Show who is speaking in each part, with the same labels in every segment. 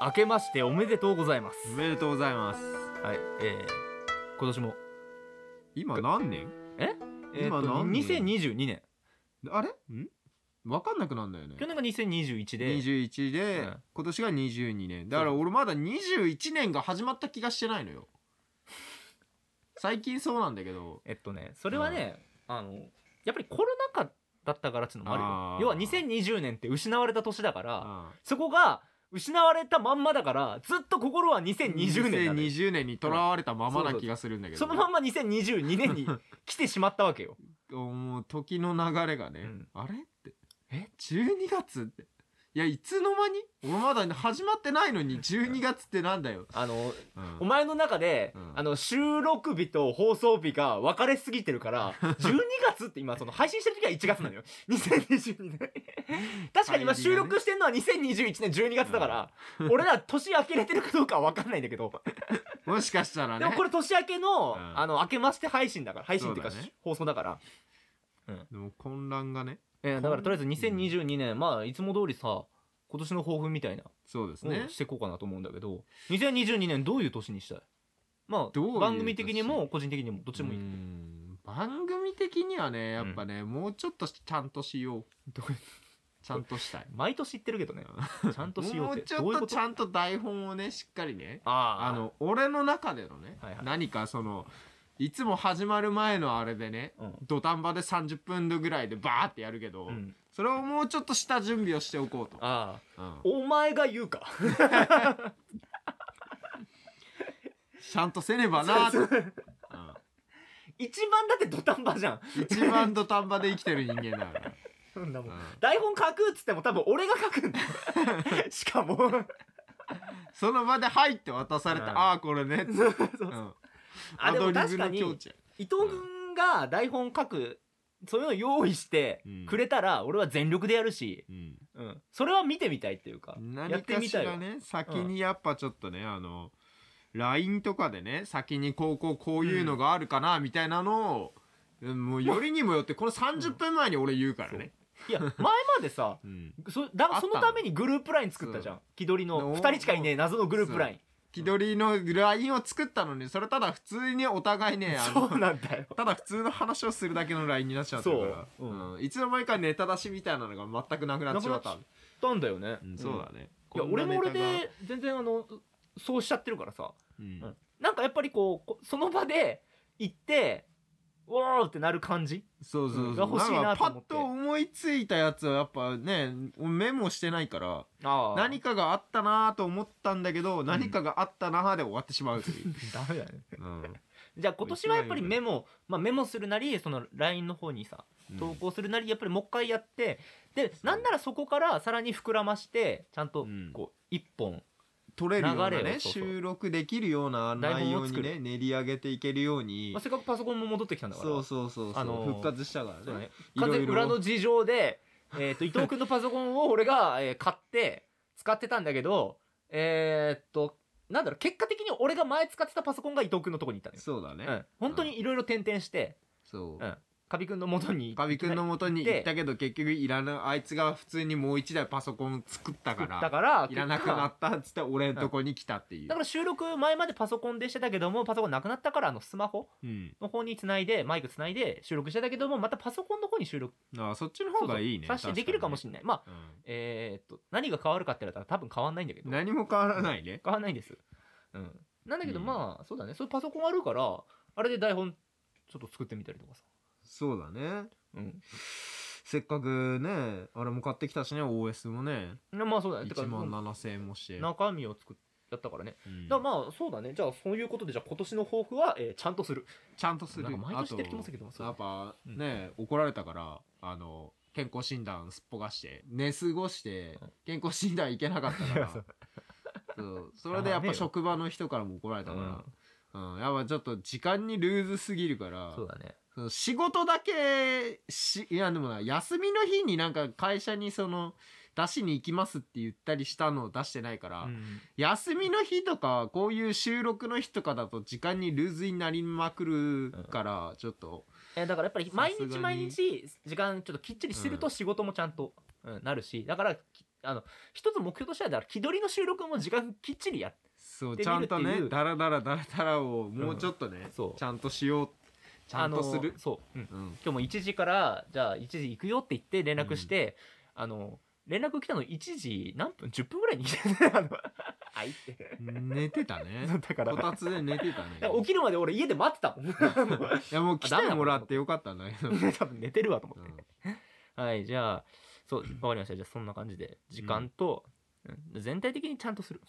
Speaker 1: 明けましておめでとうございます
Speaker 2: おめでとうございます
Speaker 1: はいえー、今年も
Speaker 2: 今何年
Speaker 1: えー、
Speaker 2: 今
Speaker 1: と
Speaker 2: 何年
Speaker 1: 2022年
Speaker 2: あれん分かんなくなんだよね
Speaker 1: 去年が2021で
Speaker 2: 21で、
Speaker 1: うん
Speaker 2: 今年が22年だから俺まだ21年が始まった気がしてないのよ最近そうなんだけど
Speaker 1: えっとねそれはね、あのやっぱりコロナ禍だったからっていうのもあ
Speaker 2: あ
Speaker 1: るよ
Speaker 2: ー
Speaker 1: 要は2020年って失われた年だから
Speaker 2: ああ
Speaker 1: そこが失われたまんまだからずっと心は2020年なのよ
Speaker 2: 2020年にとらわれたままな気がするんだけど
Speaker 1: そのまんま2022年に来てしまったわけよ
Speaker 2: もう時の流れがね、
Speaker 1: うん
Speaker 2: あれってえ12月っていやいつの間に俺まだ始まってないのに12月ってなんだよ、
Speaker 1: あの
Speaker 2: うん
Speaker 1: お前の中で、
Speaker 2: うん
Speaker 1: あの収録日と放送日が分かれすぎてる から12月って今その配信してる時は1月な のよ2022年確かに今収録してるのは2021年12月だから、俺ら年明けれてるかどうかは分かんないんだけど、
Speaker 2: もしかしたら
Speaker 1: でも
Speaker 2: ね
Speaker 1: これ年明けの,、
Speaker 2: うん
Speaker 1: あの明けまして配信だから配信っていうか
Speaker 2: そうだね
Speaker 1: 放送だから
Speaker 2: でも混乱がね
Speaker 1: えーだからとりあえず2022年、まあいつも通りさ今年の抱負みたいな
Speaker 2: そうです
Speaker 1: ね
Speaker 2: ね、
Speaker 1: していこうかなと思うんだけど2022年どういう年にしたいまあ
Speaker 2: どういう年
Speaker 1: 番組的にも個人的にもどっちでもいい、
Speaker 2: うん番組的にはねやっぱね、もうちょっとちゃんとしよう
Speaker 1: どう
Speaker 2: ちゃんとしたい
Speaker 1: 毎年言ってるけど ねちゃんとしよ
Speaker 2: も
Speaker 1: うっ
Speaker 2: う
Speaker 1: て
Speaker 2: ち
Speaker 1: どう
Speaker 2: ょ
Speaker 1: いう
Speaker 2: っ
Speaker 1: ことと
Speaker 2: ちゃんと台本をねしっかりね
Speaker 1: あ
Speaker 2: あ
Speaker 1: ー
Speaker 2: の俺の中でのね、
Speaker 1: はいはい
Speaker 2: 何かそのいつも始まる前のあれでね
Speaker 1: うん
Speaker 2: 土壇場で30分ぐらいでバーってやるけど、
Speaker 1: うん
Speaker 2: それをもうちょっとした準備をしておこうと、
Speaker 1: あ
Speaker 2: うん
Speaker 1: ーお前が言うか
Speaker 2: ちゃんとせねばなーと、う
Speaker 1: 一番だって土壇場じゃん
Speaker 2: ん一番土壇場で生きてる人間だから、
Speaker 1: そんなもん
Speaker 2: うん
Speaker 1: 台本書くっつっても多分俺が書くんだ よしかも
Speaker 2: その場で「はい」って渡されて「
Speaker 1: うん
Speaker 2: ああこれね」
Speaker 1: そうそうそう
Speaker 2: うん
Speaker 1: あでも
Speaker 2: アド
Speaker 1: 確
Speaker 2: リブ
Speaker 1: か
Speaker 2: の
Speaker 1: に
Speaker 2: 境地
Speaker 1: 伊藤君が台本書くそういうの用意して
Speaker 2: うん
Speaker 1: くれたら俺は全力でやるし、
Speaker 2: うん
Speaker 1: うん、それは見てみたいっていうかや
Speaker 2: 何
Speaker 1: って
Speaker 2: か
Speaker 1: み
Speaker 2: した
Speaker 1: い
Speaker 2: ら
Speaker 1: わ
Speaker 2: ね先にやっぱちょっとね、あの LINE とかでね先にこうこうこういうのがあるかなみたいなのを、うんもうよりにもよってこの30分前に俺言うからね、
Speaker 1: いや前までさ
Speaker 2: うん
Speaker 1: そだ
Speaker 2: あった
Speaker 1: そのためにグループライン作ったじゃん気取りの
Speaker 2: の
Speaker 1: 2人しかいねえ謎のグループライン
Speaker 2: 気取りの LINE を作ったのにそれただ普通にお互いねあ
Speaker 1: そ
Speaker 2: の
Speaker 1: うなんだよ
Speaker 2: ただ普通の話をするだけの LINE になっちゃったから
Speaker 1: そううん
Speaker 2: いつの間にかネタ出しみたいなのが全くなくなっちまった
Speaker 1: なくなんだよね、
Speaker 2: うんそうだね、
Speaker 1: いや俺も俺
Speaker 2: こんなネタ
Speaker 1: で全然あのそうしちゃってるからさ、
Speaker 2: が、うん、
Speaker 1: なんかやっぱりこうこその場で行ってうおーってなる感じ
Speaker 2: そうそうそう、
Speaker 1: が欲しいなと思って
Speaker 2: んかパッと思いついたやつはやっぱねメモしてないから
Speaker 1: あ
Speaker 2: 何かがあったなと思ったんだけど何かがあったなで終わってしまうという、
Speaker 1: ダメだね
Speaker 2: うん
Speaker 1: じゃあ今年はやっぱりメモ、まあ、メモするなりその LINE の方にさ投稿するなりやっぱりもう一回やってでなんならそこからさらに膨らましてちゃんと
Speaker 2: うん
Speaker 1: こう一本
Speaker 2: 取れるような
Speaker 1: 流れを
Speaker 2: ね
Speaker 1: そうそう
Speaker 2: 収録できるような
Speaker 1: 台
Speaker 2: 内
Speaker 1: 本を
Speaker 2: 容
Speaker 1: 作
Speaker 2: に
Speaker 1: る
Speaker 2: ね練り上げていけるように
Speaker 1: まあ、せっかくパソコンも戻ってきたんだから
Speaker 2: そうそうそうそ
Speaker 1: あ
Speaker 2: う、
Speaker 1: のー
Speaker 2: 復活したから
Speaker 1: そう
Speaker 2: ね
Speaker 1: ね
Speaker 2: いろいろ
Speaker 1: 完全に裏の事情で、えー、 と伊藤君のパソコンを俺が、えー買って使ってたんだけどえーっとなんだろう結果的に俺が前使ってたパソコンが伊藤君のとこに行ったのよ、
Speaker 2: そうだね、
Speaker 1: うん、本当にいろいろ転々して
Speaker 2: そう、
Speaker 1: うんカビ君の元に
Speaker 2: カビ君の元に行っ
Speaker 1: で
Speaker 2: たけど結局いらなあいつが普通にもう一台パソコン作った
Speaker 1: 作
Speaker 2: か
Speaker 1: っ
Speaker 2: ら
Speaker 1: たから
Speaker 2: いらなくなったっつって俺のとこに来たっていう
Speaker 1: だか、ら収録前までパソコンでしてたけどもパソコンなくなったからあのスマホ
Speaker 2: うん、
Speaker 1: の方につないでマイクつないで収録してたけどもまたパソコンの方に収録
Speaker 2: ああそっちの方がいいね
Speaker 1: そうそうさしてできるかもし
Speaker 2: れ
Speaker 1: れない、まあ
Speaker 2: ない、
Speaker 1: えーっと何が変わるかって言われたら多分変わんないんだけ
Speaker 2: う
Speaker 1: ど
Speaker 2: ん
Speaker 1: 変
Speaker 2: 何も変わらないね
Speaker 1: わんないんです、うん、なんだけど
Speaker 2: うん
Speaker 1: まあ、そうだねそういうパソコンあるからあれで台本ちょっと作ってみたりとかさ、
Speaker 2: そうだね
Speaker 1: うん、
Speaker 2: せっかくねあれも買ってきたしね OS もね
Speaker 1: でまあそうだねてか
Speaker 2: 1万7000円もして、
Speaker 1: 中身を作っやったからね、
Speaker 2: うん
Speaker 1: だからまあそうだねじゃあそういうことでじゃあ今年の抱負は、えーちゃんとする
Speaker 2: ちゃんとする
Speaker 1: なんか毎
Speaker 2: あ
Speaker 1: 年
Speaker 2: と
Speaker 1: してる気もするけどそう
Speaker 2: やっぱね、怒られたからあの健康診断すっぽがして寝過ごして
Speaker 1: うん
Speaker 2: 健康診断行けなかった
Speaker 1: い
Speaker 2: か
Speaker 1: や
Speaker 2: ら
Speaker 1: そう
Speaker 2: そうそれでやっ
Speaker 1: やばいね
Speaker 2: ぱ職場の人からも怒られた
Speaker 1: うん
Speaker 2: から、うんやっぱちょっと時間にルーズすぎるから
Speaker 1: そうだね
Speaker 2: その仕事だけしいやでもな休みの日になんか会社にその出しに行きますって言ったりしたのを出してないから、
Speaker 1: うん
Speaker 2: 休みの日とかこういう収録の日とかだと時間にルーズになりまくるから、ちょっと
Speaker 1: えーだからやっぱり
Speaker 2: さすが
Speaker 1: 毎
Speaker 2: に
Speaker 1: 日毎日時間ちょっときっちりしてると仕事もちゃんと、うんなるしだからきあの一つ目標としてはだから気取りの収録も時間きっちりやっ
Speaker 2: そう
Speaker 1: で
Speaker 2: ちゃんと
Speaker 1: 見るってい
Speaker 2: ね
Speaker 1: う
Speaker 2: ダラダラダラダラをもうちょっとね、
Speaker 1: そう
Speaker 2: ちゃんとしようちゃんとする
Speaker 1: あの、そう、うん
Speaker 2: うん、
Speaker 1: 今日も1時からじゃあ1時行くよって言って連絡して、あの連絡来たの1時何分10分ぐらいに来てねあのあいって
Speaker 2: 寝てたね
Speaker 1: だから
Speaker 2: こたつで寝てたね
Speaker 1: だから起きるまで俺家で待ってたもん 多
Speaker 2: いやもう来てもらってよかったんだけど、うん
Speaker 1: 分寝てるわと思って、はいじゃあそうわかりましたじゃあそんな感じで時間と、うん全体的にちゃんとする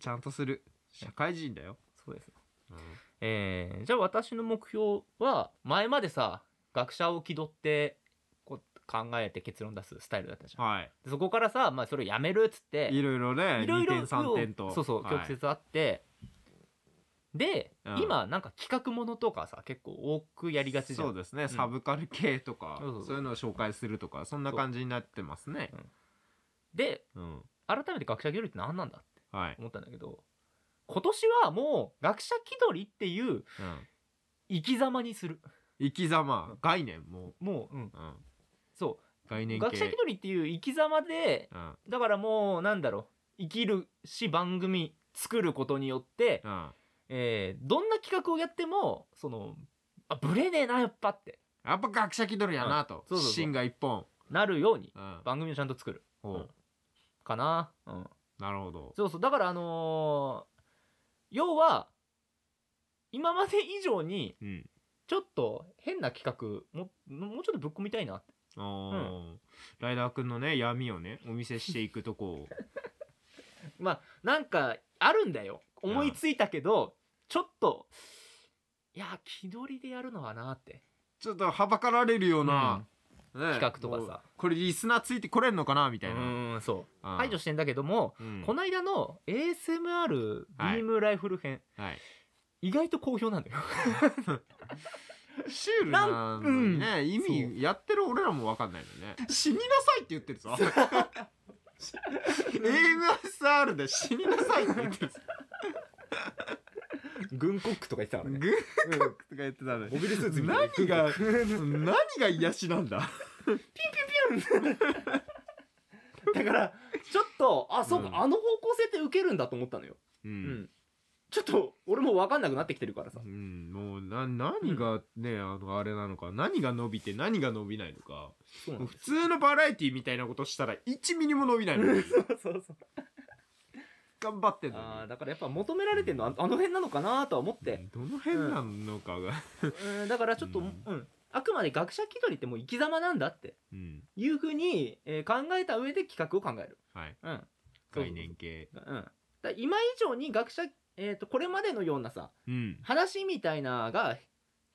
Speaker 2: ちゃんとする社会人だよ、
Speaker 1: そうです
Speaker 2: うん
Speaker 1: えーじゃあ私の目標は前までさ学者を気取ってこう考えて結論出すスタイルだったじゃん
Speaker 2: はい
Speaker 1: でそこからさ、まあ、それをやめるっつって
Speaker 2: いろいろね
Speaker 1: いろいろ
Speaker 2: 2点3点と
Speaker 1: そうそう
Speaker 2: はい
Speaker 1: 曲折あって、で、
Speaker 2: うん
Speaker 1: 今なんか企画ものとかさ結構多くやりがちじゃん
Speaker 2: そうですね、サブカル系とか
Speaker 1: そうそうそう
Speaker 2: そういうのを紹介するとかそんな感じになってますね
Speaker 1: で
Speaker 2: うん
Speaker 1: 改めて学者気取りって何なんだって
Speaker 2: はい、
Speaker 1: 思ったんだけど今年はもう学者気取りっていう
Speaker 2: うん、
Speaker 1: 生き様にする
Speaker 2: 生き様概念も
Speaker 1: もう、うん
Speaker 2: う、うん、
Speaker 1: そ
Speaker 2: 概
Speaker 1: う
Speaker 2: 念系
Speaker 1: 学者気取りっていう生き様で
Speaker 2: うん
Speaker 1: だからもうなんだろう生きるし番組作ることによって、
Speaker 2: うん
Speaker 1: えーどんな企画をやってもそのあぶれねえなやっぱって
Speaker 2: やっぱ学者気取りやなと、
Speaker 1: うんそうそうそう
Speaker 2: 芯が一本、
Speaker 1: なるように
Speaker 2: うん、
Speaker 1: 番組をちゃんと作る
Speaker 2: ほう
Speaker 1: うんかな、うん、
Speaker 2: なるほど
Speaker 1: そうそうだからあのー要は今まで以上に
Speaker 2: うん
Speaker 1: ちょっと変な企画ももうちょっとぶっ込みたいなって
Speaker 2: あーライダーくんのね闇をねお見せしていくとこを
Speaker 1: まあなんかあるんだよ思いついたけど、ちょっといや気取りでやるのはなって、
Speaker 2: ちょっとはばかられるような、ね
Speaker 1: 企画とかさ
Speaker 2: もうこれリスナーついてこれんのかなみ
Speaker 1: う
Speaker 2: たいな、
Speaker 1: ん、うんそう
Speaker 2: うん
Speaker 1: 排除してんだけども、
Speaker 2: うん
Speaker 1: この間の ASMR
Speaker 2: はい
Speaker 1: ビームライフル編、
Speaker 2: はい
Speaker 1: 意外と好評なんだよ
Speaker 2: シュールなのにね、意
Speaker 1: そ
Speaker 2: 味やってる俺らも分かんないのね死になさいって言ってる ぞ AMSR で死になさいって言って るぞ
Speaker 1: 軍コックとか言ってた
Speaker 2: グーコックとか言ってたのに
Speaker 1: ビルスー
Speaker 2: 何が何が癒しなんだ
Speaker 1: だからちょっとあそうか、
Speaker 2: うん
Speaker 1: あの方向性って受けるんだと思ったのよ、
Speaker 2: う
Speaker 1: うん
Speaker 2: ん、
Speaker 1: ちょっと俺も分かんなくなってきてるからさ
Speaker 2: うん、もうな何がね、あのあれなのか何が伸びて何が伸びないのか
Speaker 1: そう
Speaker 2: もう普通のバラエティみたいなことしたら1ミリも伸びないのに
Speaker 1: そうそう
Speaker 2: 頑張ってんのに
Speaker 1: あーだからやっぱ求められてるのはあの辺なのかなとは思って、
Speaker 2: どの辺なのかが、
Speaker 1: うん、だからちょっと、
Speaker 2: う
Speaker 1: うんんあくまで学者気取りってもう生き様なんだって
Speaker 2: うん、
Speaker 1: いうふうに、えー考えた上で企画を考える
Speaker 2: はい
Speaker 1: うんそうそうそう
Speaker 2: 概念系
Speaker 1: うん、だから今以上に学者、えー、とこれまでのようなさ
Speaker 2: うん
Speaker 1: 話みたいなが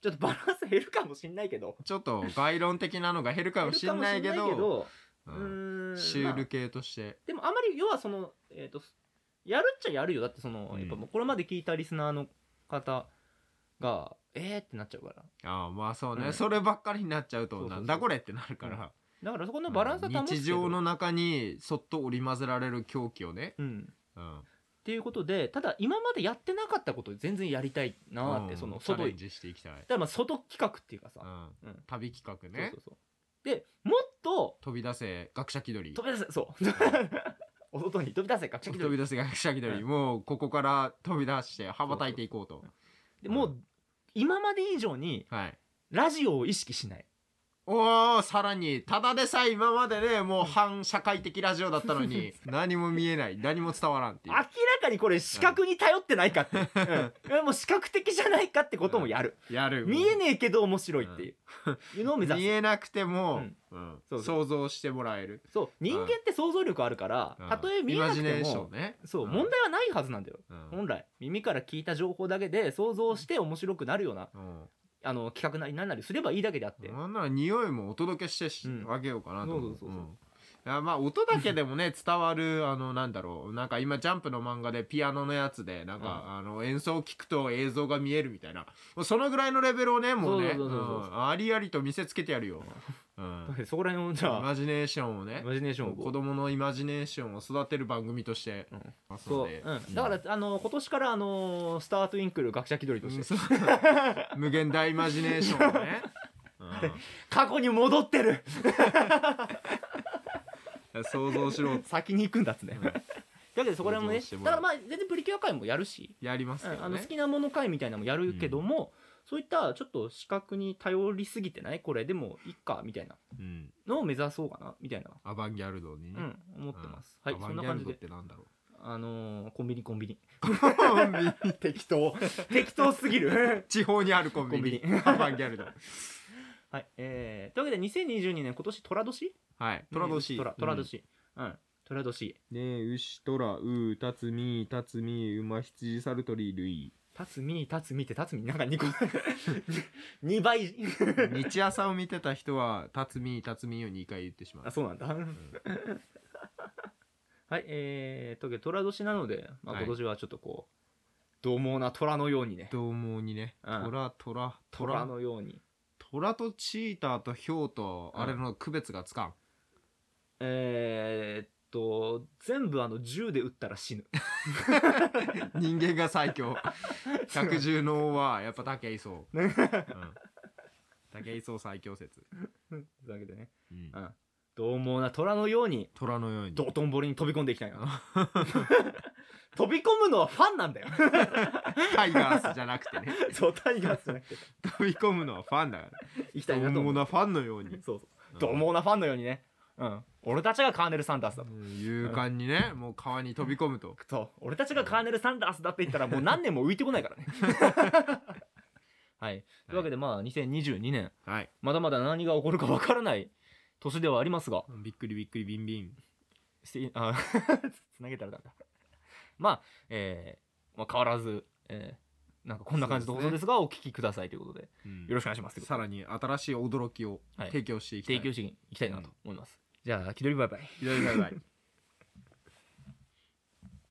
Speaker 1: ちょっとバランス減るかもしんないけど
Speaker 2: ちょっと概論的なのが減るかもしんないけ
Speaker 1: 減るかもしん
Speaker 2: ど
Speaker 1: う
Speaker 2: う
Speaker 1: ー
Speaker 2: ん
Speaker 1: ん
Speaker 2: シュー
Speaker 1: ま
Speaker 2: ル
Speaker 1: あ
Speaker 2: 系として、
Speaker 1: でもあまり要はその、えー、とやるっちゃやるよだってその、
Speaker 2: うん
Speaker 1: やっぱもうこれまで聞いたリスナーの方がえーってなっちゃうから
Speaker 2: ああまあそうね、
Speaker 1: うん
Speaker 2: そればっかりになっちゃうと
Speaker 1: そうそうそう
Speaker 2: なんだこれってなるから、
Speaker 1: だからそこのバランスは保つけど
Speaker 2: 日常の中にそっと織り交ぜられる狂気をね、
Speaker 1: うん
Speaker 2: うん、
Speaker 1: っていうことでただ今までやってなかったことを全然やりたいなーって、
Speaker 2: うん
Speaker 1: その
Speaker 2: チャ
Speaker 1: 外
Speaker 2: レン
Speaker 1: だか
Speaker 2: ジしていきたい、
Speaker 1: らまあ外企画っていうかさ、
Speaker 2: う
Speaker 1: うん
Speaker 2: ん、旅企画ね
Speaker 1: そうそうそうでもっと
Speaker 2: 飛び出せ学者気取り
Speaker 1: 飛び出せそう お外に飛び出せ学者気
Speaker 2: 飛
Speaker 1: 取
Speaker 2: び
Speaker 1: り
Speaker 2: 出せ学者気取り、
Speaker 1: う
Speaker 2: もうここから飛び出して羽ばたいていこうと
Speaker 1: でもう今まで以上に
Speaker 2: はい
Speaker 1: ラジオを意識しない
Speaker 2: おおさらにただでさえ今までねもう反社会的ラジオだ ったのに何も見えない何も伝わらんってい
Speaker 1: 明
Speaker 2: う
Speaker 1: らかにこれ視覚に頼ってないかって、うんもう視覚的じゃないかってこともやる、
Speaker 2: やる
Speaker 1: 見えねえけど面白いっていう,、いうのを目指
Speaker 2: 見
Speaker 1: す
Speaker 2: えなくても、
Speaker 1: うん
Speaker 2: うん
Speaker 1: そうそう
Speaker 2: 想像してもらえる、
Speaker 1: そう人間って想像力あるから、
Speaker 2: うん
Speaker 1: たとえ見えなくて
Speaker 2: イマジネーシ
Speaker 1: も
Speaker 2: ョンね
Speaker 1: そう、
Speaker 2: うん
Speaker 1: 問題はないはずなんだよ
Speaker 2: うん
Speaker 1: 本来耳から聞いた情報だけで想像して面白くなるような
Speaker 2: うん
Speaker 1: あの企画なり何なりすればいいだけであって、
Speaker 2: なんなら匂いもお届けしてし、
Speaker 1: うん
Speaker 2: あげようかなと思
Speaker 1: そうそうそう
Speaker 2: う
Speaker 1: そうん
Speaker 2: いやまあ音だけでもね伝わるあのなんだろうなんか今ジャンプの漫画でピアノのやつでなんか、
Speaker 1: う
Speaker 2: あの演奏を聞くと映像が見えるみたいなもうそのぐらいのレベルをねもうね
Speaker 1: そうそうそうそう
Speaker 2: うんありありと見せつけてやるよ、 うん、
Speaker 1: そこら辺をじ
Speaker 2: イ
Speaker 1: ゃあ
Speaker 2: マジネーションをね
Speaker 1: イマジネーションをこ
Speaker 2: 子
Speaker 1: う
Speaker 2: 供のイマジネーションを育てる番組として
Speaker 1: うん
Speaker 2: ます
Speaker 1: そ
Speaker 2: の
Speaker 1: う、
Speaker 2: で、
Speaker 1: うん、だから、あの今年からあのスタートインクル学者気取りとして、
Speaker 2: うんそう無限大イマジネーショ ンをね、うん
Speaker 1: 過去に戻ってる
Speaker 2: 想像しろ
Speaker 1: 先に行くんだっつね、
Speaker 2: うん
Speaker 1: だけどそこら辺もね
Speaker 2: 想像しても
Speaker 1: だ
Speaker 2: ら
Speaker 1: か
Speaker 2: う
Speaker 1: らまあ全然プリキュア会もやるし、
Speaker 2: やります
Speaker 1: う
Speaker 2: け
Speaker 1: んあ
Speaker 2: ど
Speaker 1: の
Speaker 2: ね
Speaker 1: 好きなもの会みたいなのもやるけども、そういったちょっと視覚に頼りすぎてないこれでもいっかみたいな
Speaker 2: うん
Speaker 1: のを目指そうかなみたいな、
Speaker 2: アバンギャルドにね
Speaker 1: うん、思ってます、
Speaker 2: うん
Speaker 1: はいそんな
Speaker 2: アバ
Speaker 1: 感
Speaker 2: ン
Speaker 1: じ
Speaker 2: ギャルドっ
Speaker 1: で
Speaker 2: てなんだろ
Speaker 1: あのーコンビニコンビニ
Speaker 2: う コンビ ニ
Speaker 1: 適当 適当すぎる
Speaker 2: 地方にあるコンビニ
Speaker 1: コンビニ
Speaker 2: アバンギャルド
Speaker 1: はいえー、というわけで2022年今年虎年
Speaker 2: はいトラドシ
Speaker 1: トラ虎年うん、虎年
Speaker 2: ねえ、牛、虎、う、たつみ、たつみ、馬、羊、サルトリ、ルイ。
Speaker 1: 辰巳辰巳って辰巳なんか2個 2倍
Speaker 2: 日朝を見てた人は、たつみ、たつみを2回言ってしま
Speaker 1: あ
Speaker 2: う。
Speaker 1: そうなんだはいえー、というわけで虎年なので、まあ、
Speaker 2: はい
Speaker 1: 今年はちょっとこう、獰猛な虎のようにね
Speaker 2: どう猛にね、
Speaker 1: うん
Speaker 2: 虎、虎、
Speaker 1: 虎
Speaker 2: 虎、
Speaker 1: のように
Speaker 2: 虎とチーターとヒョウと、
Speaker 1: うん
Speaker 2: あれの区別がつかん。
Speaker 1: えー、っと全部あの銃で撃ったら死ぬ
Speaker 2: 人間が 最強。百獣の王は、やっぱ武井壮。うん武井壮最強説。
Speaker 1: というわけでね
Speaker 2: うん
Speaker 1: うん獰猛な虎のように
Speaker 2: 虎のように。
Speaker 1: 道頓堀に飛び込んでいきたい な飛び込むのはファンなんだよ
Speaker 2: タイガースじゃなくてね。
Speaker 1: そうタイガースじゃなくて
Speaker 2: 飛び込むのはファンだから。
Speaker 1: 行きた
Speaker 2: ど
Speaker 1: いなと
Speaker 2: う
Speaker 1: 思
Speaker 2: 猛
Speaker 1: う
Speaker 2: なファンのように。
Speaker 1: そうそうどう猛なファンのようにねうん俺たちがカーネル・サンダースだと
Speaker 2: うん勇敢にね、もう川に飛び込むと。
Speaker 1: そう俺たちがカーネル・サンダースだって言ったらもう何年も浮いてこないからねはいというわけでまあ2022年
Speaker 2: はい。
Speaker 1: まだまだ何が起こるかわからない年ではありますが
Speaker 2: びっくりびっくりビンビン。
Speaker 1: してあ つなげたらダメだまあえーまあ変わらずえーなんかこんな感じの放送ですがお聞きくださいということでよろしくお願いします
Speaker 2: さらに新しい驚きを
Speaker 1: はい
Speaker 2: 提供していきたい。
Speaker 1: 提供していきたいなと思います、じゃあ気取りバイバイ
Speaker 2: いただきたい